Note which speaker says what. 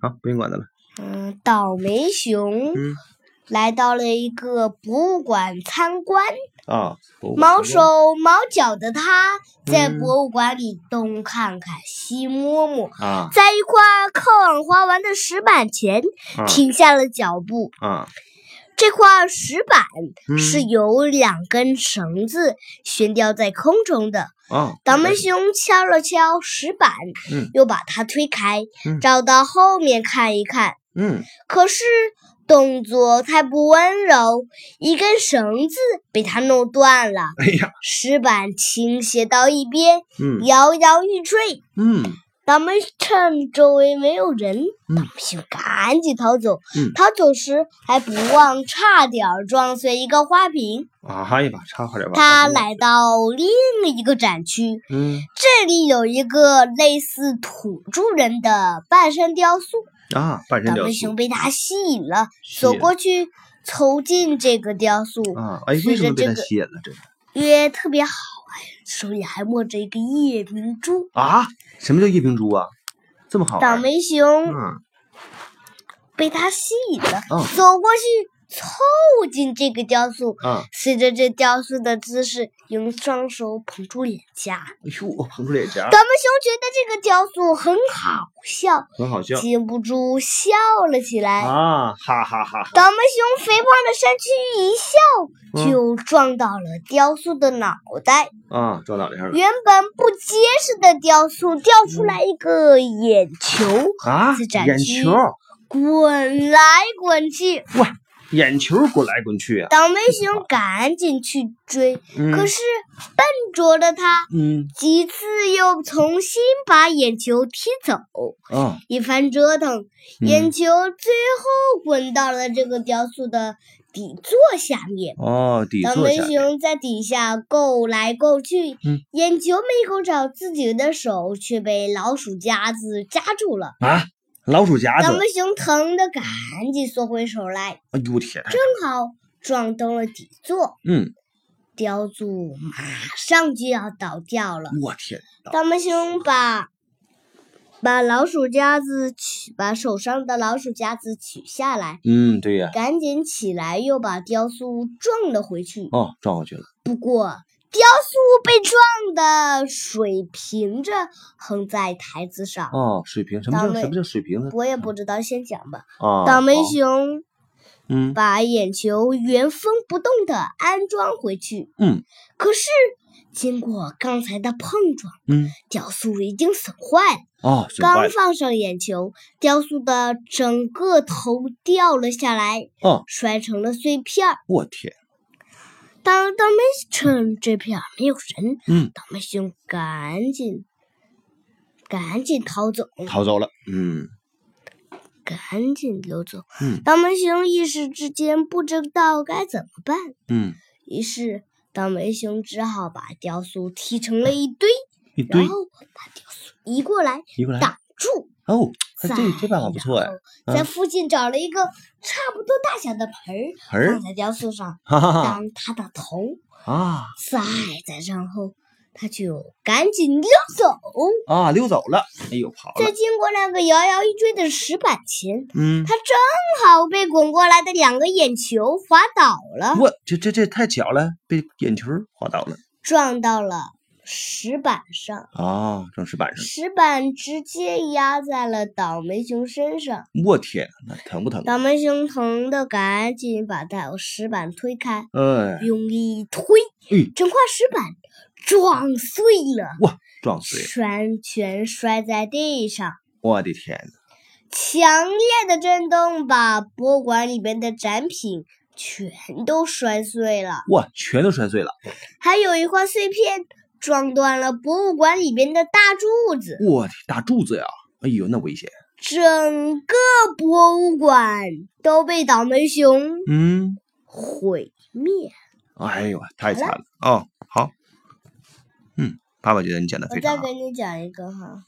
Speaker 1: 好，不用管它了。
Speaker 2: 嗯，倒霉熊
Speaker 1: 嗯
Speaker 2: 来到了一个博物馆参观，
Speaker 1: 啊，博物馆
Speaker 2: 毛手毛脚的它在
Speaker 1: 嗯
Speaker 2: 博物馆里东看看西摸摸，
Speaker 1: 啊
Speaker 2: 在一块靠往滑玩的石板前
Speaker 1: 啊
Speaker 2: 停下了脚步。
Speaker 1: 啊，
Speaker 2: 这块石板
Speaker 1: 嗯
Speaker 2: 是由两根绳子悬吊在空中的。
Speaker 1: 啊，
Speaker 2: 倒霉熊敲了敲石板，
Speaker 1: 嗯
Speaker 2: 又把它推开，
Speaker 1: 嗯
Speaker 2: 绕到后面看一看。
Speaker 1: 嗯
Speaker 2: 可是动作太不温柔，一根绳子被它弄断了，
Speaker 1: 哎呀，
Speaker 2: 石板倾斜到一边，
Speaker 1: 嗯
Speaker 2: 摇摇欲坠。
Speaker 1: 嗯
Speaker 2: 倒霉趁周围没有人，
Speaker 1: 嗯
Speaker 2: 倒霉熊赶紧逃走。
Speaker 1: 嗯
Speaker 2: 逃走时还不忘差点儿撞碎一个花瓶。
Speaker 1: 啊，哈一把插回来吧。
Speaker 2: 他
Speaker 1: 来，
Speaker 2: 来到另一个展区，
Speaker 1: 嗯
Speaker 2: 这里有一个类似土著人的半身雕塑。
Speaker 1: 啊，半身
Speaker 2: 倒
Speaker 1: 雕
Speaker 2: 霉
Speaker 1: 塑
Speaker 2: 熊被他吸引了，
Speaker 1: 吸
Speaker 2: 走
Speaker 1: 引
Speaker 2: 过去凑近这个雕塑，
Speaker 1: 啊，哎，为什么被它
Speaker 2: 随着这个
Speaker 1: 吸引了？这是
Speaker 2: 因为特别好哎，手里还握着一个夜明珠。
Speaker 1: 啊，什么叫夜明珠啊？这么好玩？
Speaker 2: 倒霉熊
Speaker 1: 嗯
Speaker 2: 被他吸引了，
Speaker 1: 嗯
Speaker 2: 走过去凑近这个雕塑，
Speaker 1: 啊，
Speaker 2: 随着这雕塑的姿势，用双手捧住脸颊。
Speaker 1: 哎呦，我捧出脸颊
Speaker 2: 倒，霉熊觉得这个雕塑很好笑，
Speaker 1: 很好笑
Speaker 2: 禁不住笑了起来。
Speaker 1: 啊，哈哈哈哈，
Speaker 2: 倒霉熊肥胖的身躯
Speaker 1: 嗯
Speaker 2: 一笑，就撞到了雕塑的脑袋。
Speaker 1: 啊，撞脑袋上了
Speaker 2: 原本不结实的雕塑掉出来一个眼球，
Speaker 1: 啊
Speaker 2: 自展，
Speaker 1: 眼
Speaker 2: 区
Speaker 1: 球，
Speaker 2: 滚来滚去。
Speaker 1: 哇，眼球滚来滚去啊，
Speaker 2: 倒霉熊赶紧去追，
Speaker 1: 嗯
Speaker 2: 可是笨拙的它
Speaker 1: 嗯
Speaker 2: 几次又重新把眼球踢走，
Speaker 1: 啊，
Speaker 2: 一番折腾，
Speaker 1: 嗯
Speaker 2: 眼球最后滚到了这个雕塑的底座下面。
Speaker 1: 哦，底
Speaker 2: 倒
Speaker 1: 座
Speaker 2: 霉
Speaker 1: 下面，
Speaker 2: 熊在底下够来够去，
Speaker 1: 嗯
Speaker 2: 眼球没够找自己的手，却被老鼠夹子夹住了。
Speaker 1: 啊，老鼠夹子
Speaker 2: 倒，霉熊疼得赶紧缩回手来，
Speaker 1: 哎呦我天，
Speaker 2: 正好撞到了底座，
Speaker 1: 嗯，
Speaker 2: 雕塑马上就要倒掉了。
Speaker 1: 我天，
Speaker 2: 倒霉熊把把老鼠夹子取，把手上的老鼠夹子取下来，
Speaker 1: 嗯，对呀，
Speaker 2: 赶紧起来，又把雕塑撞了回去。
Speaker 1: 哦，撞过去了，
Speaker 2: 不过，雕塑被撞的水平着横在台子上。
Speaker 1: 哦，水平，什么
Speaker 2: 倒
Speaker 1: 叫
Speaker 2: 霉
Speaker 1: 什么叫水平呢？
Speaker 2: 我也不知道，先讲吧。
Speaker 1: 啊，
Speaker 2: 倒霉
Speaker 1: 好，
Speaker 2: 熊
Speaker 1: 嗯
Speaker 2: 把眼球原封不动的安装回去，
Speaker 1: 嗯
Speaker 2: 可是经过刚才的碰撞，
Speaker 1: 嗯，
Speaker 2: 雕塑已经损坏了。
Speaker 1: 哦，损坏
Speaker 2: 刚
Speaker 1: 了，
Speaker 2: 放上眼球，雕塑的整个头掉了下来，
Speaker 1: 哦，
Speaker 2: 摔成了碎片儿。
Speaker 1: 我天，
Speaker 2: 当倒霉趁这片儿没有人，
Speaker 1: 嗯，
Speaker 2: 倒霉熊赶紧赶紧逃走，
Speaker 1: 逃走了，嗯
Speaker 2: 赶紧溜走。
Speaker 1: 嗯
Speaker 2: 倒霉熊一时之间不知道该怎么办，
Speaker 1: 嗯，
Speaker 2: 于是倒霉熊只好把雕塑踢成了一堆，
Speaker 1: 一堆
Speaker 2: 然后把雕塑移过来
Speaker 1: 移过来，
Speaker 2: 挡住。
Speaker 1: 哦，哎
Speaker 2: 再
Speaker 1: 这这办法不错哎，
Speaker 2: 然后在
Speaker 1: 嗯
Speaker 2: 附近找了一个差不多大小的盆儿，
Speaker 1: 盆儿啊
Speaker 2: 放在雕塑上
Speaker 1: 哈哈哈
Speaker 2: 当他的头，
Speaker 1: 啊
Speaker 2: 再再然后他就赶紧溜走，
Speaker 1: 啊，溜走了，哎呦，跑
Speaker 2: 在
Speaker 1: 了，
Speaker 2: 经过那个摇摇欲坠的石板前，
Speaker 1: 嗯，
Speaker 2: 他正好被滚过来的两个眼球滑倒了，
Speaker 1: 我这这这太巧了，被眼球儿划到了，
Speaker 2: 撞到了石板上，
Speaker 1: 啊，正石板上，
Speaker 2: 石板直接压在了倒霉熊身上，
Speaker 1: 我天，那疼不疼？啊
Speaker 2: 倒霉熊疼的赶紧把它石板推开。
Speaker 1: 哎，
Speaker 2: 用力一推，
Speaker 1: 哎
Speaker 2: 整块石板撞碎了，
Speaker 1: 哇，撞碎了。
Speaker 2: 全全摔在地上。
Speaker 1: 我的天呐，
Speaker 2: 强烈的震动把博物馆里边的展品全都摔碎了，
Speaker 1: 哇，全都摔碎了！
Speaker 2: 还有一块碎片撞断了博物馆里边的大柱子。
Speaker 1: 我的大柱子呀！哎呦，那危险！
Speaker 2: 整个博物馆都被倒霉熊
Speaker 1: 嗯，
Speaker 2: 毁灭。
Speaker 1: 哎呦，太惨啊了！哦，好，嗯，爸爸觉得你讲的
Speaker 2: 我
Speaker 1: 非常
Speaker 2: 再
Speaker 1: 好。
Speaker 2: 给你讲一个哈。